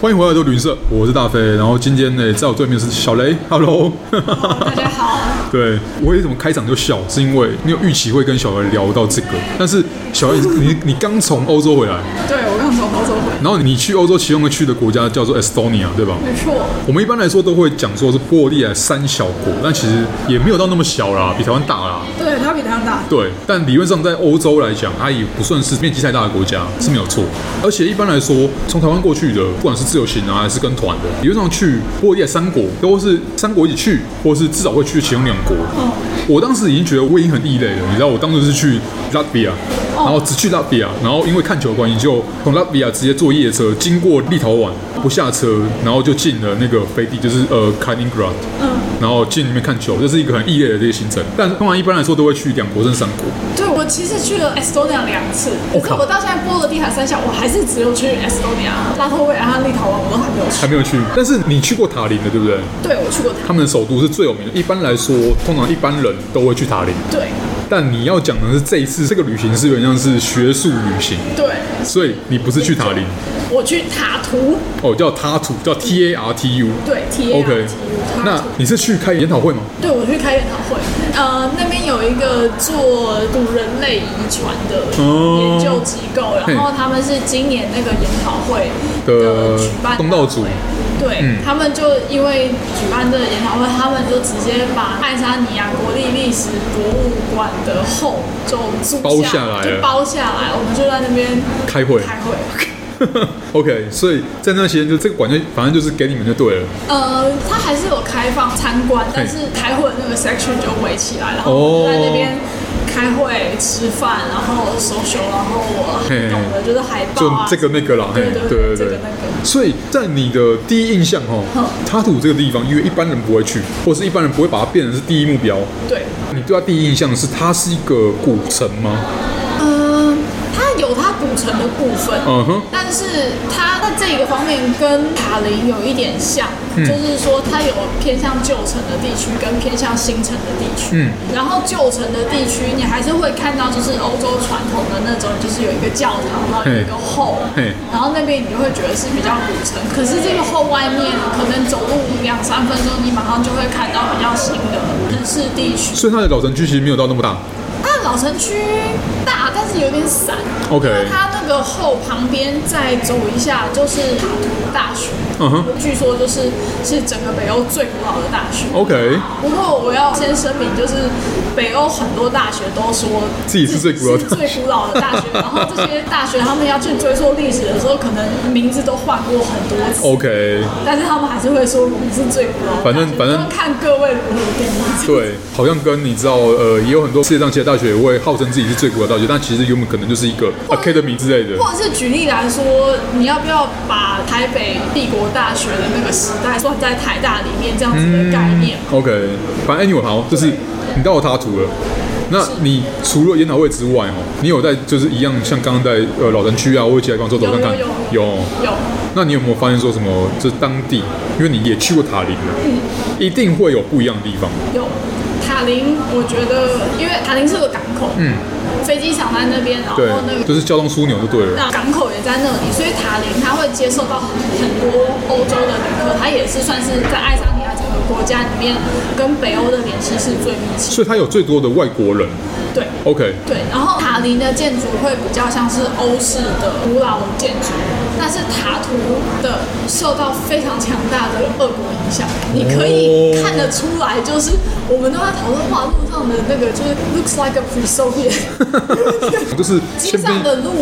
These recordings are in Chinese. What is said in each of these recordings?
欢迎回来，都旅社，我是大飞。然后今天呢，在我对面是小雷，Hello。 大家好，对，我为什么开场就笑，是因为没有预期会跟小雷聊到这个。但是小雷，你你刚从欧洲回来，对我刚从欧洲回来，然后你去欧洲其中一个去的国家叫做 Estonia，对吧？没错，我们一般来说都会讲说是波利来三小国，但其实也没有到那么小啦，比台湾大啦。对他比他们大，对，但理论上在欧洲来讲，它也不算是面积太大的国家是没有错。而且一般来说，从台湾过去的，不管是自由行啊，还是跟团的，理论上去波利亚三国，都是三国一起去，或是至少会去其中两国。我当时已经觉得我已经很异类了，你知道，我当时是去拉比亚，然后只去拉比亚，然后因为看球的关系，就从拉比亚直接坐夜车经过立陶宛，不下车，然后就进了那个飞地，就是呃 k a l i n g r a d 然后进里面看球，这是一个很异类的这个行程。但通常一般来说都会去两国甚至三国。对我其实去了 Estonia 两次，我可是靠我到现在波罗的海三小，我还是只有去 Estonia、拉脱维亚和立陶宛，我都还没有还去。没有去，但是你去过塔林的，对不对？对我去过它，他们的首都是最有名的。一般来说，通常一般人都会去塔林。对但你要讲的是这一次这个旅行是有点像是学术旅行，对，所以你不是去塔林，我去塔图，哦，叫塔图，叫 T A R T U。对 T A OK， R T U 塔那图。你是去开研讨会吗？对，我去开研讨会，呃，那边有一个做古人类遗传的研究机构，然后他们是今年那个研讨会的举办东道嗯主对、他们就因为举办这个研讨会，他们就直接把爱沙尼亚国立历史博物馆的后就租包下来了就包下来，我们就在那边开会开会。 OK，所以在那段时间就这个馆就反正就是给你们就对了。呃，它还是有开放参观，但是开会的那个 section 就围起来，然哦后我们就在那边开会、吃饭，然后 social，然后我嘿懂的就是海报就啊，这个那个啦，嘿对对对对这个那嗯个，所以在你的第一印象哦，塔土这个地方，因为一般人不会去，或者是一般人不会把它变成是第一目标。对，你对它第一印象是它是一个古城吗？嗯，它有它古城的部分，嗯哼，但是它在这个方面跟塔林有一点像，嗯就是说它有偏向旧城的地区跟偏向新城的地区。嗯，然后旧城的地区你还是会看到，就是欧洲传统的那种，就是有一个教堂，然后有一个后嘿嘿，然后那边你就会觉得是比较古城。可是这个后外面可能走路两三分钟，你马上就会看到比较新的城市地区。所以它的老城区其实没有到那么大。它的老城区大，但是有点散。 OK 那它那个后旁边再走一下就是塔图大学，嗯哼据说就是是整个北欧最古老的大学。 OK，不过我要先声明，就是北欧很多大学都说自己是最古老的自己是最古老的大 学，然后这些大学他们要去追溯历史的时候，可能名字都换过很多次。 OK，但是他们还是会说我们是最古老的大学，反正反正就看各位如何定义。对，好像跟你知道，呃，也有很多世界上其他大学也会号称自己是最古老的大学，但其实原本可能就是一个 academy 之类的。或者是举例来说，你要不要把台北帝国大学的那个时代算在台大里面这样子的概念？ OK，反正 anyway 好，就是你到了塔图了。那你除了研讨会之外，哦，你有在就是一样像刚刚在呃老城区啊，或者其他地方走走看看？有有哦有，那你有没有发现说什么？就是当地，因为你也去过塔林了，一定会有不一样的地方。有塔林，我觉得因为塔林是个港口，嗯，飞机场在那边，然后对那，个就是交通枢纽就对了。那港口也在那里，所以塔林它会接受到很多欧洲的旅客，它也是算是在爱沙尼亚整个国家里面跟北欧的联系是最密切的。所以它有最多的外国人。对， OK，对，然后塔林的建筑会比较像是欧式的古老建筑，但是塔图的受到非常强大的俄国影响，你可以看得出来，就是我们都在讨论哇，路上的那个就是 looks like a pre-Soviet，就是街先上边的路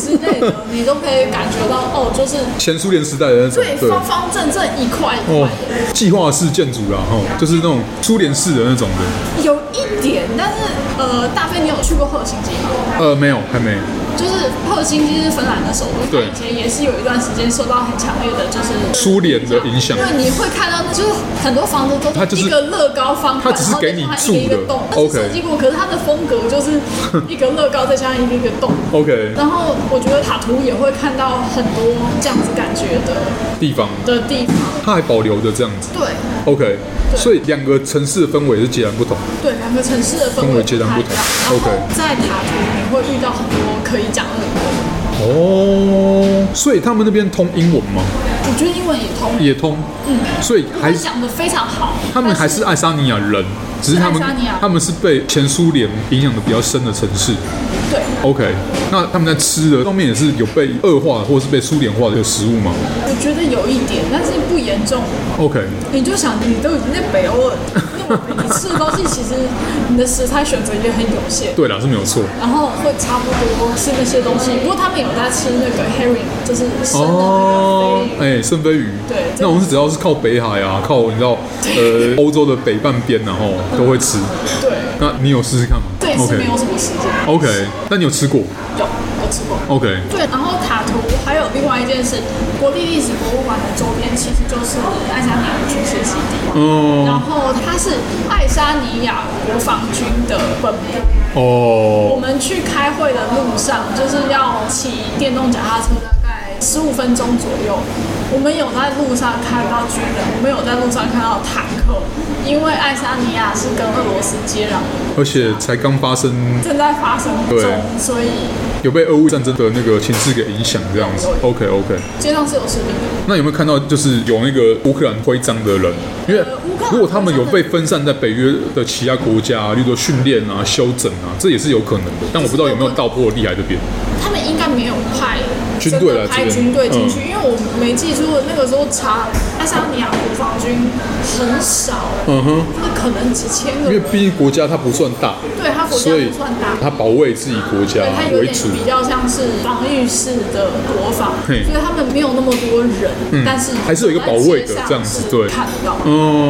之类的，你都可以感觉到哦，就是前苏联时代的那种，对方方正正一块一哦块的。，计划式建筑啦，哦，就是那种苏联式的那种的。有一点，但是呃，大飞，你有去过赫辛基吗？呃，没有，还没。就是赫尔辛基是芬兰的首都，对它以前也是有一段时间受到很强烈的就是苏联的影响对，你会看到那就是很多房子都它就是一个乐高方块，它只是给你然后再加上一个住的一个洞，它 OK 是设计过，可是它的风格就是一个乐高再加上一个一个 洞。 OK，然后我觉得塔图也会看到很多这样子感觉的地方的地方，它还保留着这样子。对 OK，所以两个城市的氛围是截然不同。对，两个城市的氛氛围围截然不同太一样 OK 然后在塔图你会遇到很多可以讲的人，哦，所以他们那边通英文吗？我觉得英文也通，也通，嗯，所以还他是讲的非常好。他们还是爱沙尼亚人，只是他们是爱沙尼亚人他们是被前苏联影响的比较深的城市。对， OK，那他们在吃的方面也是有被恶化或是被苏联化的食物吗我觉得有一点，但是不严重。 ？OK，你就想，你都已经在北欧了，那我们你吃的东西其实你的食材选择也很有限。对啦，是没有错。然后会差不多是那些东西，不过他们有在吃那个 herring，就是生的那个飞鱼。哎，圣飞鱼，对这个那我们是只要是靠北海啊，靠你知道，呃，欧洲的北半边然后都会吃。对，那你有试试看吗？这也是没有什么时间。哎 OK，那你哦有吃过有，我吃过。 ？OK，对，然后塔图还有另外一件事，国立历史博物馆的周边其实就是爱沙尼亚军事基地，然嗯，后它是爱沙尼亚国防军的本部。我哦，们去开会的路上，就是要骑电动脚踏车，大概十五分钟左右。我们有在路上看到军人，我们有在路上看到坦克，因为爱沙尼亚是跟俄罗斯接壤，而且才刚发生，正在发生中对，所以有被俄乌战争的那个情势给影响，这样子。OK OK，街上是有士兵的。那有没有看到就是有那个乌克兰徽章的人？因为呃乌克兰如果他们有被分散在北约的其他国家、例如说训练啊、休整啊，这也是有可能的。但我不知道有没有到破厉害这边。他们应该没有派军真队的来派这边军队进去，因为我没记住那个时候查爱沙尼亚国防军很少，嗯哼，那可能几千个因为人，毕竟国家它不算大，对他国家所以不算大。它保卫自己国家对，它有为点主。比较像是防御式的国防，嘿嗯所以他们没有那么多人，但是还是有一个保卫的在街上这样子是对看到。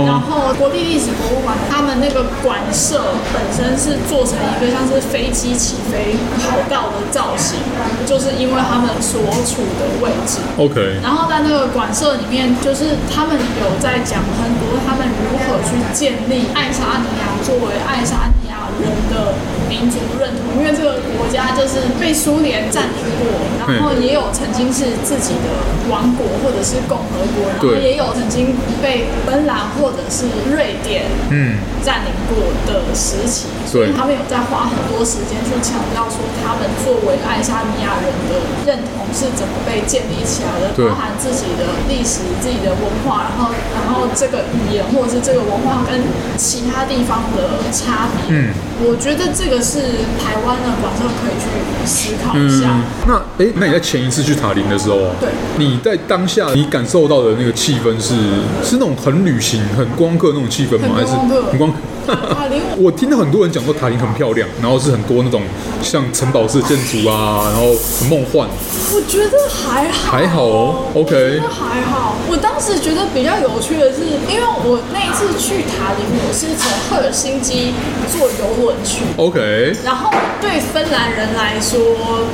然哦，后国立历史博物馆，他们那个馆舍本身是做成一个像是飞机起飞跑道的造型，就是因为他们所处的位置。 OK，然后在那个馆舍里面，就是他们有在讲很多他们如何去建立爱沙尼亚作为爱沙尼亚人的民族认同，因为这个国家就是被苏联占领过，然后也有曾经是自己的王国或者是共和国，然后对也有曾经被芬兰或者是瑞典嗯，占领过的时期，所以他们有在花很多时间去强调说，他们作为爱沙尼亚人的认同是怎么被建立起来的，对包含自己的历史、自己的文化，然后然后这个语言或者是这个文化跟其他地方的差别。嗯，我觉得这个是台湾的广众可以去思考一下。嗯，那哎，那你在前一次去塔林的时候，啊对，你在当下你感受到的那个气氛是是那种很旅行、很光客那种气氛吗？很还是观光客很光？啊，连我我听到很多人讲说塔林很漂亮，然后是很多那种像城堡式的建筑啊，然后很梦幻。我觉得还好，还好哦，OK 我觉得还好。我当时觉得比较有趣的是，因为我那一次去塔林，我是从赫尔辛基坐游轮去， OK，然后对芬兰人来说，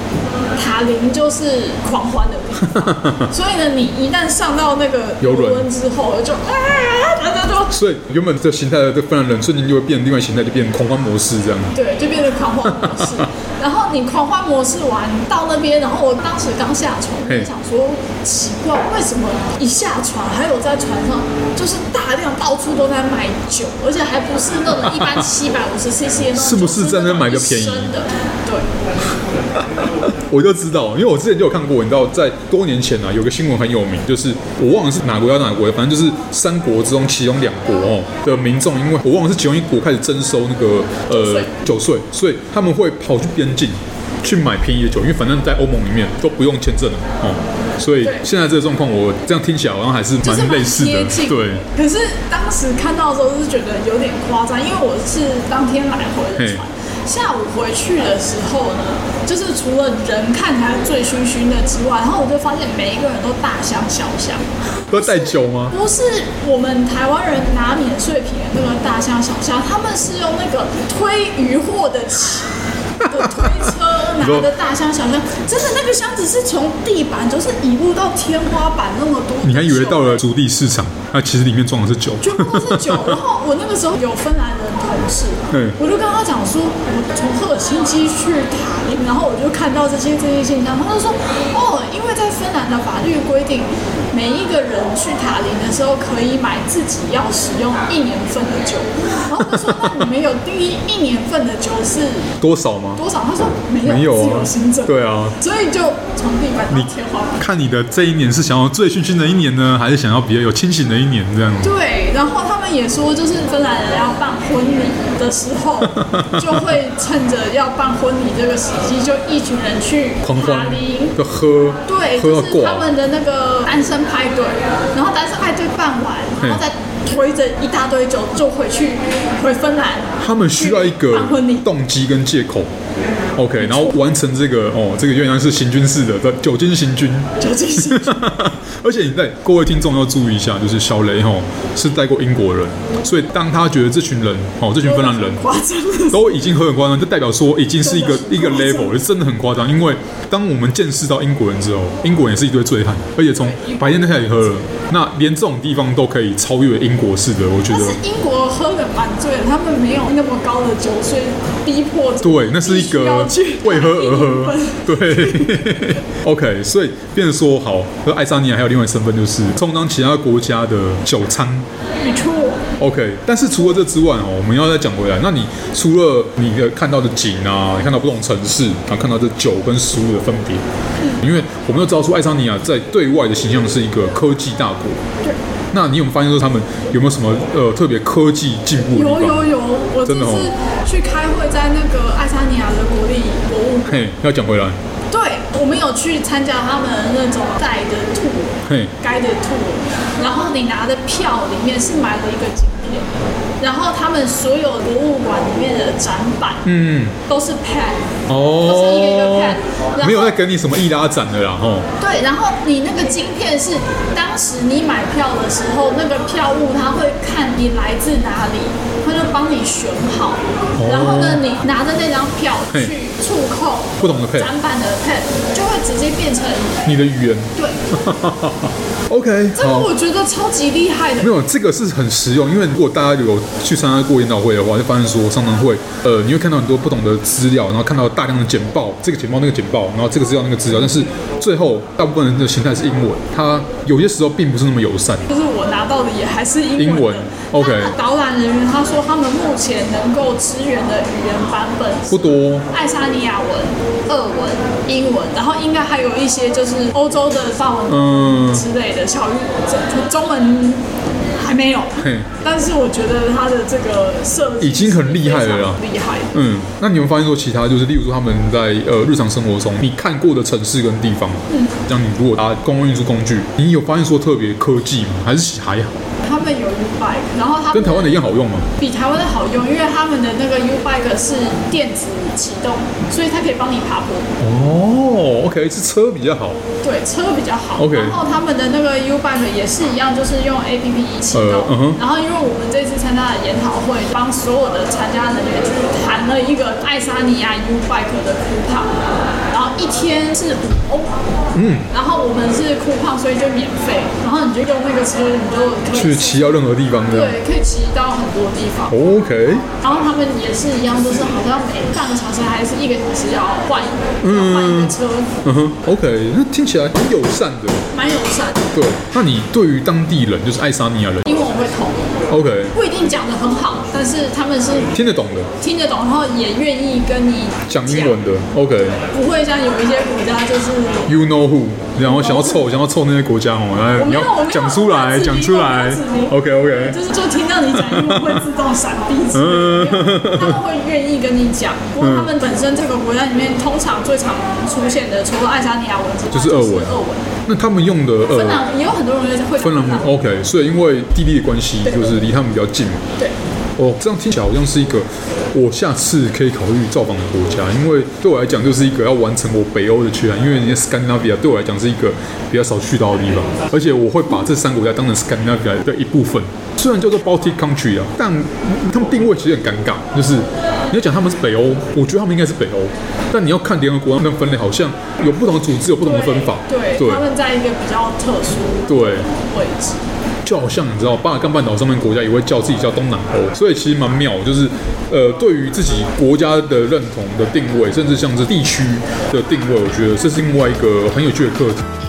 塔林就是狂欢的地方，所以呢，你一旦上到那个游轮之后，就啊，大家都所以原本这形态的这芬兰人瞬间就会变另外形态，就变狂欢模式这样。对，就变成狂欢模 式。然后你狂欢模式完到那边，然后我当时刚下船，我嘿就想说奇怪，为什么一下船还有在船上就是大量到处都在卖酒，而且还不是那种一般七百五十 CC 的那种，是不是在那买个便宜就那种一升的？对，我就知道，因为我之前就有看过，你知道，在多年前啊，有个新闻很有名，就是我忘了是哪国家哪国，反正就是三国之中其中两国哦的民众，因为我忘了是其中一国开始征收那个呃酒税，所以他们会跑去边境去买便宜的酒，因为反正在欧盟里面都不用签证了哦。所以对现在这个状况，我这样听起来好像还是就是蛮类似的哦贴，近对。可是当时看到的时候是觉得有点夸张，因为我是当天来回的嘿，船下午回去的时候呢，就是除了人看起来醉醺醺的之外，然后我就发现每一个人都大箱小箱，都带酒吗？不是我们台湾人拿免税品的那个大箱小箱，他们是用那个推渔货的旗的推车拿的大箱小箱，真的那个箱子是从地板就是一路到天花板那么多，你还以为到了足地市场，那、其实里面装的是酒。全部都是酒。然后我那个时候有芬兰人同事嗯，我就跟他讲说，我从赫尔辛基去塔林，然后我就看到这些这些现象，他就说，哦，因为在芬兰的法律规定，每一个人去塔林的时候可以买自己要使用一年份的酒。然后我说：“那你们有定义一年份的酒是多少吗？多少？”他说：“没有，没有自啊由行者。”，对啊，所以就从地板到天花板。看你的这一年是想要醉醺醺的一年呢，还是想要比较有清醒的一年这样？对，然后他们也说，就是芬兰人要办婚礼的时 候，就会趁着要办婚礼这个时机，就一群人去狂欢塔林。要喝，对，喝就到是他挂，们的那个单身派对，然后单身派对办完，嗯然后再推着一大堆酒就回去回芬兰。他们需要一个办婚礼动机跟借口。OK，然后完成这个哦，这个原来是行军式的，对酒精行军。 酒精 是而且你在各位听众要注意一下，就是小雷吼是带过英国人，所以当他觉得这群人哦，这群芬兰人夸张的都已经很很夸张，就代表说已经是一个一真个的是 level，真的很夸张。因为当我们见识到英国人之后，英国人也是一堆醉汉，而且从白天就开始喝了，那连这种地方都可以超越英国式的，我觉但得 是。英国喝的蛮醉的，他们没有那么高的酒税逼迫着对，那是一必须个要去为喝而喝打一份。 对 ，OK，所以变成说好，那爱沙尼亚还有另外一个身份就是充当其他国家的酒仓。没错， OK，但是除了这之外哦，我们要再讲回来，那你除了你的看到的景啊，你看到不同城市，然后看到这酒跟食物的分别，嗯因为我们都知道说爱沙尼亚在对外的形象是一个科技大国。对。那你有没有发现说他们有没有什么呃特别科技进步的有地有方？有，我这真的哦次去开会在那个爱沙尼亚的国立博物馆，嘿，要讲回来，对我们有去参加他们那种带的 tour，嘿，该的 tour，然后你拿的票里面是买了一个景点，然后他们所有博物馆里面的展板嗯，都是 pad，哦，都是一个一个看然后没有在给你什么一拉展的啦，吼，对，然后你那个晶片是当时你买票的时候，那个票务他会看你来自哪里，他就帮你选好。哦然后呢，你拿着那张票嘿去触控不同的配展板的 pad，就会直接变成你的 语言 对，哦，OK，这个好。我觉得超级厉害的没。有，这个是很实用，因为如果大家有去参加过研讨会的话，就发现说商谈会，呃，你会看到很多不同的资料，然后看到大量的简报，这个简报那个简报，然后这个资料那个资料，但是最后大部分人的形态是英文，它有些时候并不是那么友善。就是我拿到的也还是英文的。英文，OK 那导览人员他说，他们目前能够支援的语言版本不多，爱沙尼亚文、俄文、英文，然后应该还有一些就是欧洲的法文嗯，之类的小语种，中文还没有嘿。但是我觉得他的这个设计已经很厉害了啦非常厉害。嗯，那你们发现说，其他就是，例如说他们在呃日常生活中，你看过的城市跟地方，嗯，像你如果搭公共运输工具，你有发现说特别科技吗？还是还好，他们有 U bike，然后他们跟台湾的一样好用吗？比台湾的好用，因为他们的那个 U bike 是电子启动，所以它可以帮你爬坡。哦，OK，是车比较好，对，车比较好。 OK 然后他们的那个 U Bike 也是一样，就是用 A P P 一起呃动。嗯哼然后因为我们这次参加的研讨会，帮所有的参加人员就是谈了一个爱沙尼亚 U Bike 的 coupon，然后一天是五欧。嗯。然后我们是 coupon，所以就免费。然后你就用那个车，你就可去以骑到任何地方这样。对，可以骑到很多地方。 OK，然后他们也是一样，就是好像每半个小时还是一个小时要换一个，要换一个车，嗯哼，OK，那听起来很友善的。蛮友善的。对，那你对于当地人，就是爱沙尼亚人英文会通。 ，OK，不一定讲得很好，但是他们是听得懂的，听得懂，然后也愿意跟你讲英文的，OK，You 不会像有一些国家就是 know who，然后想要凑，想要凑那些国家哦，来，我你没有我要没有讲出来，我讲没有出来我没有，OK OK，就是就听到你讲英文会自动闪避之类嗯的，他们会愿意跟你讲。不过他们本身这个国家里面，通常最常出现的，除了爱沙尼亚文之外，就是俄俄文那他们用的芬呃，兰也有很多人会讲芬兰文 OK，所以因为地利的关系，就是离他们比较近嘛。对。哦，这样听起来好像是一个我下次可以考虑造访的国家，因为对我来讲就是一个要完成我北欧的缺憾，因为人家斯堪的纳比亚对我来讲是一个比较少去到的地方，而且我会把这三个国家当成斯堪的纳比亚的一部分。虽然叫做 Baltic country 啊，但他们定位其实很尴尬，就是你要讲他们是北欧，我觉得他们应该是北欧，但你要看联合国他们分类，好像有不同的组织有不同的分法。对，对他们在一个比较特殊对，的位置。就好像你知道，巴尔干半岛上面国家也会叫自己叫东南欧，所以其实蛮妙，就是呃，对于自己国家的认同的定位，甚至像是地区的定位，我觉得这是另外一个很有趣的课题。